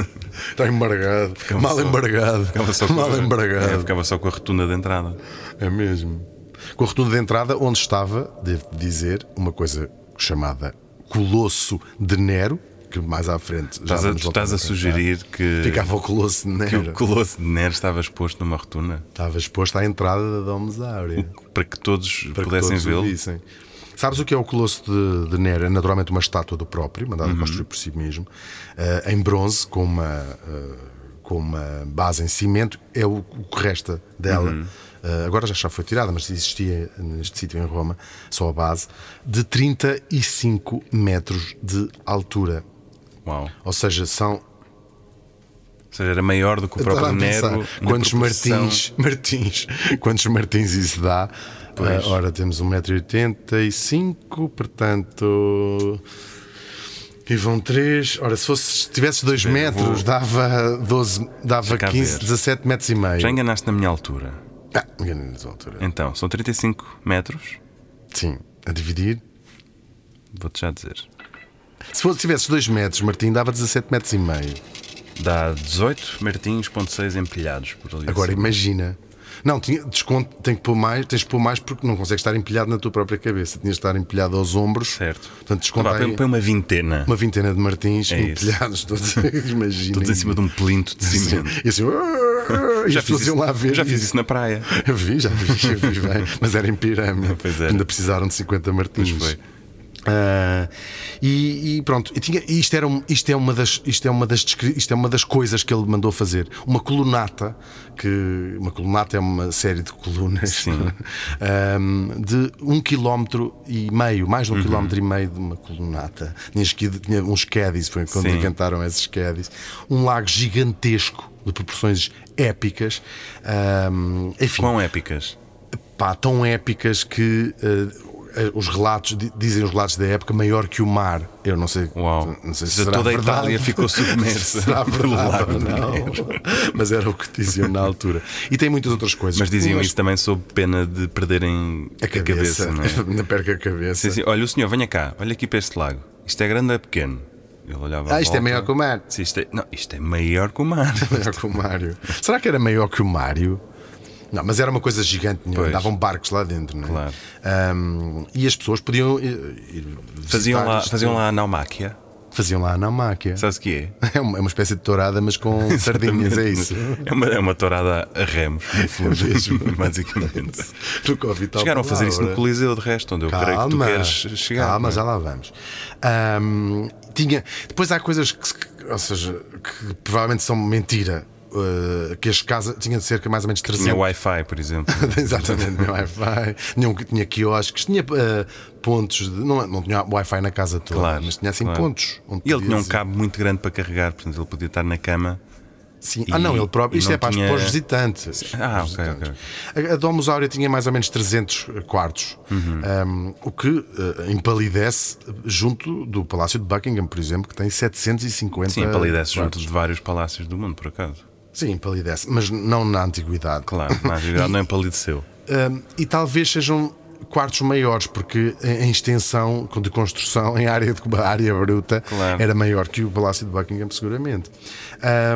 Speaker 2: Está embargado. mal
Speaker 1: só-
Speaker 2: embargado.
Speaker 1: Ficava só com
Speaker 2: Mal
Speaker 1: a-
Speaker 2: embargado.
Speaker 1: É, ficava só com a rotunda de entrada.
Speaker 2: É mesmo. Com a rotunda de entrada, onde estava, devo dizer, uma coisa chamada Colosso de Nero, que mais à frente já
Speaker 1: Estás a,
Speaker 2: vamos
Speaker 1: tu estás
Speaker 2: voltar
Speaker 1: a
Speaker 2: contar.
Speaker 1: sugerir que,
Speaker 2: Ficava o Colosso de
Speaker 1: que o
Speaker 2: Nero.
Speaker 1: Colosso de Nero estava exposto numa rotunda
Speaker 2: Estava exposto à entrada da Domesária.
Speaker 1: para que todos
Speaker 2: para que
Speaker 1: pudessem
Speaker 2: todos o
Speaker 1: vê-lo.
Speaker 2: vissem. Sabes o que é o Colosso de, de Nero? É naturalmente uma estátua do próprio, mandada
Speaker 1: Uhum.
Speaker 2: construir por si mesmo, eh, em bronze, com uma, eh, com uma base em cimento, é o, o que resta dela.
Speaker 1: Uhum.
Speaker 2: Eh, agora já, já foi tirada, mas existia neste sítio em Roma, só a base, de 35 metros de altura.
Speaker 1: Uau. Ou
Speaker 2: Ou seja, são.
Speaker 1: seja, era maior do que o
Speaker 2: Eu estava
Speaker 1: próprio
Speaker 2: a pensar,
Speaker 1: Nero. na
Speaker 2: quantos
Speaker 1: proporção-
Speaker 2: Martins, Martins, quantos Martins isso dá?
Speaker 1: Pois.
Speaker 2: Ah, ora, temos 1,85m, portanto. E vão 3. Ora, se fosse, se tivesse 2
Speaker 1: Espera,
Speaker 2: metros,
Speaker 1: vou-
Speaker 2: dava 12, dava
Speaker 1: cá
Speaker 2: 15,
Speaker 1: ver.
Speaker 2: 17 metros e meio.
Speaker 1: Já enganaste na minha altura.
Speaker 2: Ah, enganei nessa altura.
Speaker 1: Então, são 35 metros.
Speaker 2: Sim, a dividir.
Speaker 1: Vou-te já dizer.
Speaker 2: Se fosse, se tivesse 2 metros, Martim, dava 17 metros e meio.
Speaker 1: Dá 18 martins.6 empilhados por ali.
Speaker 2: Agora
Speaker 1: assim.
Speaker 2: imagina. Não, tinha, desconto, tem que pôr mais, tens de pôr mais porque não consegues estar empilhado na tua própria cabeça. Tinhas de estar empilhado aos ombros.
Speaker 1: Certo.
Speaker 2: Portanto, desconta
Speaker 1: Vá, põe-
Speaker 2: aí
Speaker 1: põe uma vintena.
Speaker 2: uma vintena de martins
Speaker 1: É isso.
Speaker 2: empilhados todos. imagina.
Speaker 1: Todos em cima de um pelinto de cimento.
Speaker 2: E assim, "Ah", e as pessoas iam lá ver.
Speaker 1: já fiz
Speaker 2: isso.
Speaker 1: isso na praia.
Speaker 2: Eu vi, já vi, eu vi bem. Mas era em pirâmide.
Speaker 1: Ah, Pois era.
Speaker 2: Ainda precisaram de 50 martins.
Speaker 1: Pois foi.
Speaker 2: Ah, e, e pronto, e tinha- e isto, era, um- isto, é uma das, isto, é uma das, descri- isto é uma das coisas que ele mandou fazer. Uma colunata, que uma colunata é uma série de colunas
Speaker 1: Sim.
Speaker 2: ah, de um quilómetro e meio, mais
Speaker 1: Uhum.
Speaker 2: de um quilómetro e meio de uma colunata. Tinhas que ir- Tinha uns caddies, foi quando
Speaker 1: Sim.
Speaker 2: inventaram esses caddies. Um lago gigantesco de proporções épicas. Ah, enfim,
Speaker 1: Quão épicas.
Speaker 2: pá, tão épicas que eh, eh, os relatos di- dizem os relatos da época maior que o mar. Eu não sei,
Speaker 1: Uau.
Speaker 2: não sei se
Speaker 1: Ou seja,
Speaker 2: será
Speaker 1: toda a
Speaker 2: verdade.
Speaker 1: Itália ficou submersa
Speaker 2: será
Speaker 1: pelo
Speaker 2: verdade
Speaker 1: lago
Speaker 2: ou
Speaker 1: do
Speaker 2: não. Mas era o que diziam na altura. E tem muitas outras coisas.
Speaker 1: Mas diziam
Speaker 2: Umas-
Speaker 1: isso também sob pena de perderem
Speaker 2: a cabeça,
Speaker 1: não é?
Speaker 2: ainda perca a
Speaker 1: Sim,
Speaker 2: cabeça.
Speaker 1: sim. Olha, o senhor, venha cá, olha aqui para este lago. Isto é grande ou é pequeno? Ele olhava
Speaker 2: Ah, isto é maior que o mar.
Speaker 1: Sim, isto é... Não, isto é maior que o mar.
Speaker 2: Maior que o Mário. Será que era maior que o Mário? Não, mas era uma coisa gigante, não é?
Speaker 1: Pois.
Speaker 2: andavam barcos lá dentro, não é?
Speaker 1: Claro.
Speaker 2: Ahm, e as pessoas podiam eh, ir, ir
Speaker 1: Faziam
Speaker 2: visitar
Speaker 1: lá,
Speaker 2: isto.
Speaker 1: faziam lá a naumáquia.
Speaker 2: Faziam lá a namáquia.
Speaker 1: Sabes o que é?
Speaker 2: É uma, é uma espécie de tourada, mas com sardinhas, é isso.
Speaker 1: É uma, é uma tourada a remos, no fundo,
Speaker 2: Mesmo.
Speaker 1: basicamente.
Speaker 2: Nunca ouvi tal
Speaker 1: Chegaram a fazer isso no
Speaker 2: palavra.
Speaker 1: Coliseu, de resto, onde eu creio que tu queres chegar.
Speaker 2: tá Calma,
Speaker 1: não é?
Speaker 2: já lá vamos. Ahm, tinha, depois há coisas que, se- que- ou seja, que provavelmente são mentira. eh, que as casas tinha de cerca mais ou menos 300
Speaker 1: Tinha Wi-Fi, por exemplo.
Speaker 2: Exatamente, tinha Wi-Fi, tinha, um- tinha quiosques, tinha eh, pontos, de- não, não tinha Wi-Fi na casa toda,
Speaker 1: Claro,
Speaker 2: mas tinha assim
Speaker 1: claro.
Speaker 2: pontos. onde
Speaker 1: E ele tinha um
Speaker 2: podias-
Speaker 1: cabo muito grande para carregar, portanto ele podia estar na cama.
Speaker 2: Sim.
Speaker 1: E-
Speaker 2: ah, não, ele próprio.
Speaker 1: e
Speaker 2: Isto
Speaker 1: não
Speaker 2: é para,
Speaker 1: tinha-
Speaker 2: para os visitantes.
Speaker 1: Ah,
Speaker 2: Para os
Speaker 1: ok, Uhum.
Speaker 2: visitantes. A, a Domus Áurea tinha mais ou menos 300 quartos, um, o que eh, empalidece junto do Palácio de Buckingham, por exemplo, que tem 750.
Speaker 1: Sim, palidece junto
Speaker 2: quartos.
Speaker 1: de vários palácios do mundo, por acaso.
Speaker 2: Sim, empalidece, mas não na antiguidade.
Speaker 1: Claro, na realidade não é empalideceu.
Speaker 2: Um, e talvez sejam quartos maiores, porque em em extensão de construção, em área, de, a área bruta,
Speaker 1: Claro.
Speaker 2: era maior que o Palácio de Buckingham, seguramente.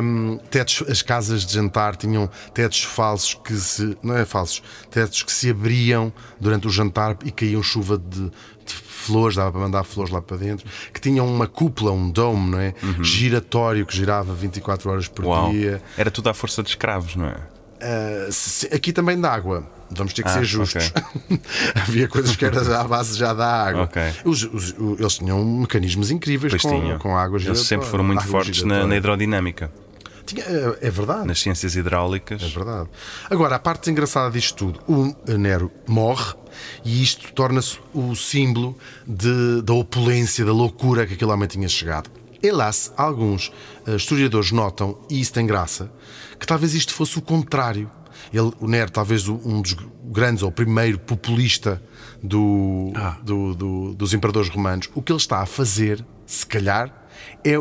Speaker 2: Um, tetos, as casas de jantar tinham tetos falsos que se. não é falsos, tetos que se abriam durante o jantar e caíam chuva de. de Flores, dava para mandar flores lá para dentro, que tinham uma cúpula, um dome, não é? Giratório que girava 24 horas por
Speaker 1: Uhum. Uau.
Speaker 2: dia.
Speaker 1: Era tudo à força de escravos, não é?
Speaker 2: Uh, se- aqui também da água. Vamos ter que
Speaker 1: Ah,
Speaker 2: ser justos. Havia coisas que eram à base já da água.
Speaker 1: Ok.
Speaker 2: Os- os- o- eles tinham mecanismos incríveis
Speaker 1: Pois
Speaker 2: com,
Speaker 1: tinham.
Speaker 2: com água giratória.
Speaker 1: Eles sempre foram muito
Speaker 2: água é.
Speaker 1: fortes na,
Speaker 2: giratória.
Speaker 1: na hidrodinâmica,
Speaker 2: Tinha- é- é verdade.
Speaker 1: nas ciências hidráulicas.
Speaker 2: É verdade. Agora, a parte engraçada disto tudo, o Nero morre e isto torna-se o símbolo de- da opulência, da loucura que aquele homem tinha chegado. Hélas, alguns eh, historiadores notam, e isso tem graça, que talvez isto fosse o contrário. Ele, o Nero, talvez o- um dos grandes ou primeiro populista do- do- do- dos imperadores romanos, o que ele está a fazer, se calhar, é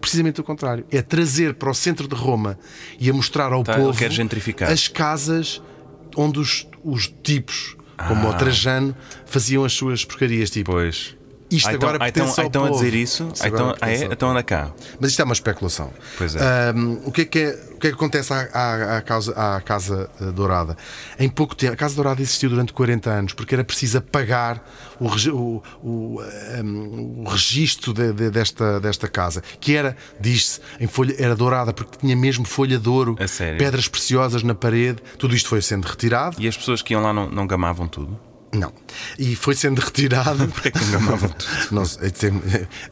Speaker 2: precisamente o contrário. É trazer para o centro de Roma e a mostrar ao
Speaker 1: Tá, ele
Speaker 2: povo
Speaker 1: quer gentrificar.
Speaker 2: as casas onde os, os tipos, como o Trajano, faziam as suas porcarias. Tipo,
Speaker 1: Ah. Pois.
Speaker 2: Isto
Speaker 1: Ah, então,
Speaker 2: agora
Speaker 1: ah, então,
Speaker 2: pertence ao
Speaker 1: ah, então a
Speaker 2: povo.
Speaker 1: dizer isso?
Speaker 2: Isto
Speaker 1: Ah,
Speaker 2: agora
Speaker 1: então, ah,
Speaker 2: pertence
Speaker 1: é?
Speaker 2: ao
Speaker 1: Então anda cá.
Speaker 2: Mas isto é uma especulação.
Speaker 1: Pois é.
Speaker 2: Ahm, o, que é que é- o que é que acontece à, à- à causa- à Casa eh, Dourada? Em pouco tempo, a Casa Dourada existiu durante 40 anos porque era preciso apagar o, regi- o, o, ahm, o registro de- de- desta, desta casa, que era, diz-se, em folha, era dourada porque tinha mesmo folha de ouro,
Speaker 1: A sério?
Speaker 2: pedras preciosas na parede, tudo isto foi sendo retirado.
Speaker 1: E as pessoas que iam lá não, não gamavam tudo?
Speaker 2: Não. E foi sendo retirado.
Speaker 1: Porquê que não gamavam tudo?
Speaker 2: não, sei, tem-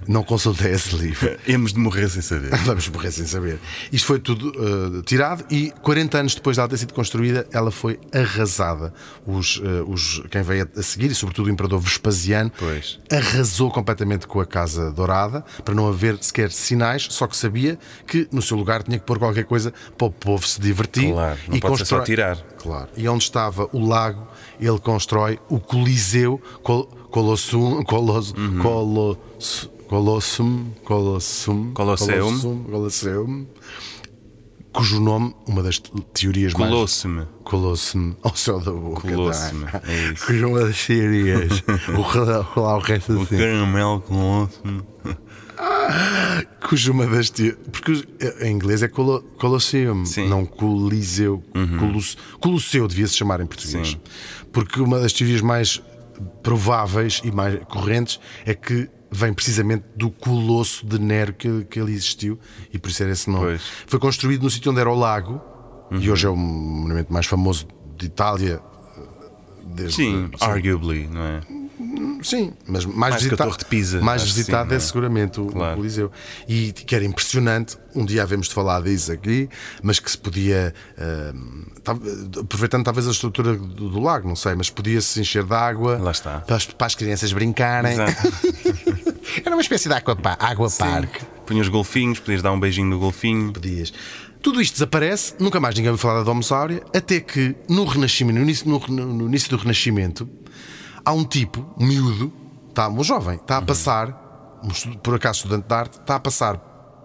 Speaker 2: não consultei esse livro.
Speaker 1: Hemos de morrer sem saber.
Speaker 2: Vamos morrer sem saber. Isto foi tudo eh, tirado e 40 anos depois dela ter sido construída, ela foi arrasada. Os, eh, os, quem veio a seguir, e sobretudo o imperador Vespasiano,
Speaker 1: Pois.
Speaker 2: arrasou completamente com a Casa Dourada para não haver sequer sinais, só que sabia que no seu lugar tinha que pôr qualquer coisa para o povo se divertir.
Speaker 1: Claro, não
Speaker 2: e
Speaker 1: pode ser só
Speaker 2: constrói-
Speaker 1: tirar.
Speaker 2: Claro. E onde estava o lago, ele constrói o Coliseu Col Colossum, Colos,
Speaker 1: Uhum.
Speaker 2: Colos- Colossum, Colossum,
Speaker 1: Colosseum.
Speaker 2: Colossum, Colosseum, cujo nome, uma das te- teorias mais.
Speaker 1: Colou-se-me.
Speaker 2: Colossum ao céu da boca.
Speaker 1: Colossum,
Speaker 2: tá?
Speaker 1: é isso.
Speaker 2: Cujo uma das teorias. o, re- lá o resto
Speaker 1: O
Speaker 2: assim.
Speaker 1: caramelo colou-se-me.
Speaker 2: Cujo uma das teorias. Porque os- em inglês é colo, Colosseum,
Speaker 1: Sim. Uhum.
Speaker 2: não Coliseu. Colos- Colosseu devia se chamar em português.
Speaker 1: Sim.
Speaker 2: Porque uma das teorias mais prováveis e mais correntes é que vem precisamente do colosso de Nero que, que ali existiu e por isso era esse nome.
Speaker 1: Pois. Uhum.
Speaker 2: Foi construído no sítio onde era o lago e hoje é o monumento mais famoso de Itália. eh, desde-
Speaker 1: Sim, arguably, não é?
Speaker 2: Sim, mas mais,
Speaker 1: Mais que a
Speaker 2: visitado,
Speaker 1: Torre de Pisa,
Speaker 2: mais
Speaker 1: acho que
Speaker 2: visitado
Speaker 1: sim, não
Speaker 2: é
Speaker 1: é?
Speaker 2: seguramente o,
Speaker 1: Claro.
Speaker 2: o Coliseu. E que era impressionante, um dia havemos de falar disso aqui, mas que se podia, ahm, tal- aproveitando talvez a estrutura do, do lago, não sei, mas podia-se encher de água
Speaker 1: Lá está.
Speaker 2: Para, as, para as crianças brincarem.
Speaker 1: Exato.
Speaker 2: Era uma espécie de aquapa- aquapark.
Speaker 1: Punha os golfinhos, podias dar um beijinho no golfinho.
Speaker 2: Dias. Tudo isto desaparece, nunca mais ninguém ouviu falar da Domosáurea, até que no Renascimento, no início, no- no- no início do Renascimento, há um tipo, um miúdo, tá, um jovem, está a
Speaker 1: Uhum.
Speaker 2: passar, um estu- por acaso estudante de arte, está a passar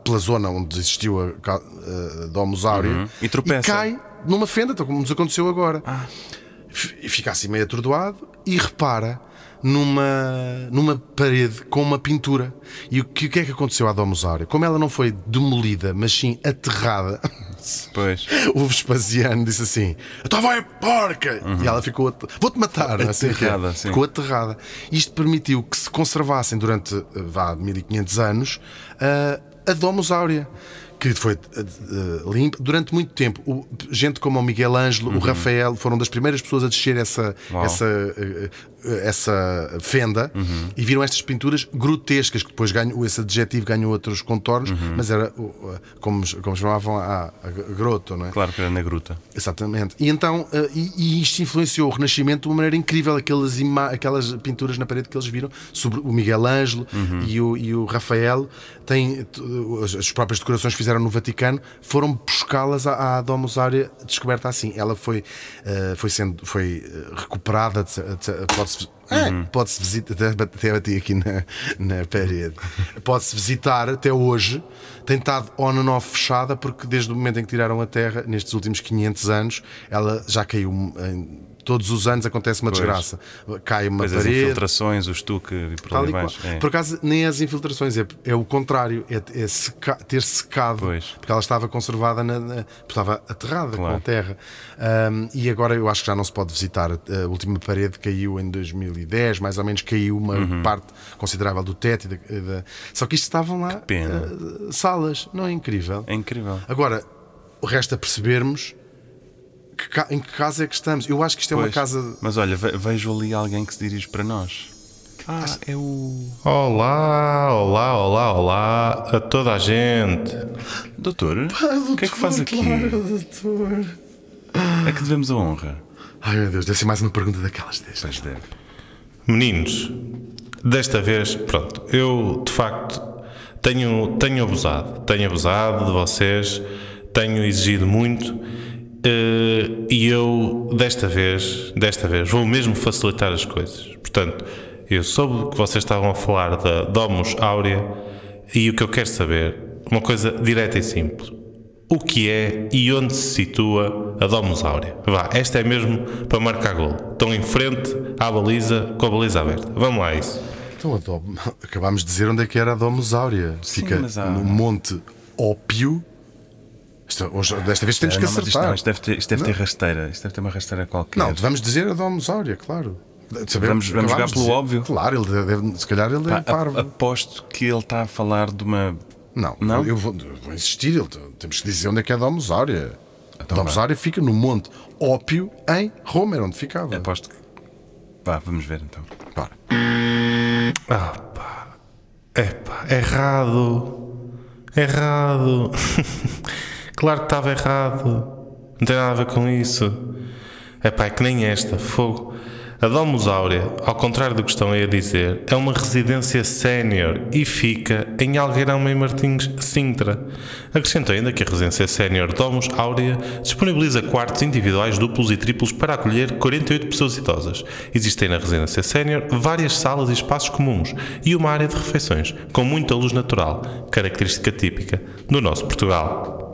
Speaker 2: pela zona onde existiu a, ca- eh, a Domosáurea
Speaker 1: Uhum. E tropeça.
Speaker 2: cai numa fenda, tal como nos aconteceu agora. F- E fica assim meio atordoado e repara numa, numa parede com uma pintura. E o que, o que é que aconteceu à Domosário? Como ela não foi demolida, mas sim aterrada,
Speaker 1: Pois.
Speaker 2: o Vespasiano disse assim: Então vai, porca! E ela ficou: at- Vou-te matar! assim,
Speaker 1: Aterrada,
Speaker 2: que-
Speaker 1: sim.
Speaker 2: Ficou aterrada. Isto permitiu que se conservassem durante eh, vá, 1500 anos ah, a Domus Áurea. Que foi eh, eh, limpa durante muito tempo. O- gente como o Miguel Ângelo, o Rafael, foram das primeiras pessoas a descer essa,
Speaker 1: Uhum. Uau.
Speaker 2: essa, eh, eh, essa fenda e viram estas pinturas grotescas que depois ganham, esse adjetivo ganhou outros contornos, mas era o- a- como, como chamavam a, a groto, não é?
Speaker 1: Claro que era na gruta.
Speaker 2: Exatamente. E então, eh, e, e isto influenciou o Renascimento de uma maneira incrível, aquelas, ima- aquelas pinturas na parede que eles viram, sobre o Miguel Ângelo e, o, e o Rafael, têm, t- as, as próprias decorações que fizeram no Vaticano, foram buscá-las à, à Domusária descoberta assim. Ela foi, eh, foi sendo foi eh, recuperada, de ce- de ce- É, pode-se
Speaker 1: Uhum.
Speaker 2: pode visitar, até bate- até bati aqui na, na parede, pode-se visitar até hoje, tem estado on and off fechada, porque desde o momento em que tiraram a terra, nestes últimos 500 anos, ela já caiu em- todos os anos acontece uma desgraça. Cai uma
Speaker 1: Pois as
Speaker 2: parede,
Speaker 1: infiltrações, o estuque e por
Speaker 2: Tal
Speaker 1: ali
Speaker 2: e qual.
Speaker 1: baixo. É.
Speaker 2: Por acaso, nem as infiltrações, é, é o contrário, é, é seca- ter secado,
Speaker 1: Pois.
Speaker 2: porque ela estava conservada, na, na- estava aterrada com
Speaker 1: Claro.
Speaker 2: a terra. Ahm, e agora eu acho que já não se pode visitar. A última parede caiu em 2010, mais ou menos, caiu uma
Speaker 1: Uhum.
Speaker 2: parte considerável do teto. e da- e da- Só que isto estavam lá
Speaker 1: pena.
Speaker 2: ah, salas, não é incrível?
Speaker 1: É incrível.
Speaker 2: Agora, resta percebermos que ca- em que casa é que estamos. Eu acho que isto é uma
Speaker 1: Pois.
Speaker 2: casa.
Speaker 1: Mas olha, ve- vejo ali alguém que se dirige para nós. Ah, é o.
Speaker 4: Olá, olá, olá, olá a toda a gente.
Speaker 1: Doutor? o que é que faz aqui?
Speaker 2: doutor.
Speaker 1: É que devemos a honra.
Speaker 2: Ai meu Deus, deve ser mais uma pergunta daquelas destas.
Speaker 1: Pois deve. Ah,
Speaker 4: Meninos, desta vez, pronto, eu de facto tenho, tenho abusado, tenho abusado de vocês, tenho exigido muito eh, e eu desta vez, desta vez, vou mesmo facilitar as coisas. Portanto, eu soube que vocês estavam a falar da Domus Áurea e o que eu quero saber, uma coisa direta e simples. O que é e onde se situa a Domus Áurea? Vá, esta é mesmo para marcar gol. Estão em frente à baliza com a baliza aberta. Vamos lá, a isso.
Speaker 2: Então, a Dom- acabámos de dizer onde é que era a Domus Áurea.
Speaker 1: Sim,
Speaker 2: Fica
Speaker 1: mas há-
Speaker 2: no Monte Ópio. Isto- hoje- desta vez temos
Speaker 1: Ah,
Speaker 2: que
Speaker 1: não, mas isto,
Speaker 2: acertar.
Speaker 1: não, isto deve ter, isto deve ter rasteira. Isto deve ter uma rasteira qualquer.
Speaker 2: Não, vamos dizer a Domus Áurea, claro.
Speaker 1: Vamos- vamos
Speaker 2: acabámos
Speaker 1: jogar
Speaker 2: de
Speaker 1: pelo
Speaker 2: dizer-
Speaker 1: óbvio.
Speaker 2: Claro, ele deve- se calhar ele
Speaker 1: Pá,
Speaker 2: é
Speaker 1: a-
Speaker 2: parvo.
Speaker 1: aposto que ele está a falar de uma.
Speaker 2: Não,
Speaker 1: Não?
Speaker 2: eu vou, eu vou insistir, ele- temos que dizer onde é que é a Domus Áurea. A
Speaker 1: Então
Speaker 2: Domus
Speaker 1: vá.
Speaker 2: Áurea fica no Monte Ópio, em Roma, era onde ficava.
Speaker 1: Aposto que. Vá, vamos ver então.
Speaker 2: Para.
Speaker 4: Ah, pá. Epá, errado. Errado. claro que estava errado. Não tem nada a ver com isso. Epá, é que nem esta. Fogo. A Domus Áurea, ao contrário do que estão aí a dizer, é uma residência sénior e fica em Algueirão e Martins, Sintra. Acrescento ainda que a residência sénior Domus Áurea disponibiliza quartos individuais, duplos e triplos para acolher 48 pessoas idosas. Existem na residência sénior várias salas e espaços comuns e uma área de refeições, com muita luz natural, característica típica do nosso Portugal.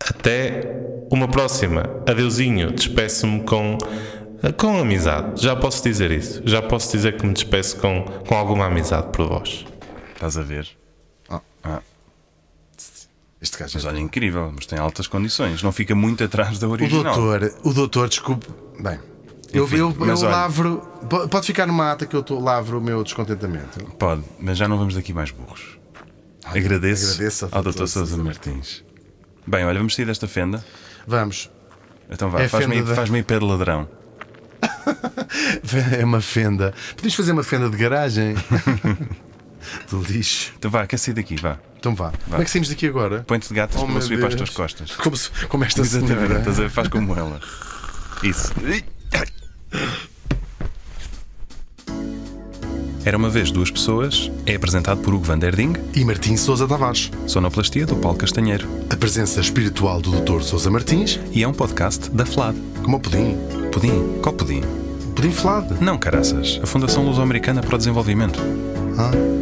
Speaker 4: Até uma próxima. Adeusinho. Despeço-me com, com amizade. Já posso dizer isso. Já posso dizer que me despeço com, com alguma amizade por vós.
Speaker 1: Estás a ver.
Speaker 2: Ah.
Speaker 1: Ah,
Speaker 2: Este gajo é
Speaker 1: mas olha, incrível. Mas tem altas condições. Não fica muito atrás da
Speaker 2: O
Speaker 1: original.
Speaker 2: doutor, o doutor, desculpe. Bem, eu, eu, eu
Speaker 1: mas olha-
Speaker 2: lavro. po- Pode ficar numa ata que eu tô- lavro o meu descontentamento.
Speaker 1: Pode, mas já não vamos daqui mais burros.
Speaker 2: Ai,
Speaker 1: agradeço,
Speaker 2: agradeço ao
Speaker 1: ao
Speaker 2: Dr.
Speaker 1: Dr. Sousa
Speaker 2: Sousa
Speaker 1: Martins. Bem, olha, vamos sair desta fenda.
Speaker 2: Vamos.
Speaker 1: Então vá,
Speaker 2: É a
Speaker 1: faz-me
Speaker 2: fenda da-
Speaker 1: faz-me aí pé de ladrão.
Speaker 2: É uma fenda. Podemos fazer uma fenda de garagem? de lixo.
Speaker 1: Então vá, quer sair daqui, vá.
Speaker 2: Então vá. Como é que saímos daqui agora?
Speaker 1: Põe-te de gatas para
Speaker 2: Oh, meu
Speaker 1: eu subir para as
Speaker 2: Deus.
Speaker 1: tuas costas.
Speaker 2: Como, se- como esta
Speaker 1: Exatamente,
Speaker 2: senhora.
Speaker 1: estás a ver? faz como ela. Isso. Era uma vez duas pessoas é apresentado por Hugo Van Der Ding,
Speaker 2: E Martim Sousa Tavares.
Speaker 1: sonoplastia do Paulo Castanheiro
Speaker 2: A presença espiritual do doutor Sousa Martins,
Speaker 1: e é um podcast da FLAD.
Speaker 2: como o pudim.
Speaker 1: Pudim? Qual pudim?
Speaker 2: Pudim flado.
Speaker 1: Não, caraças. A Fundação Luso-Americana para o Desenvolvimento.
Speaker 2: Ah.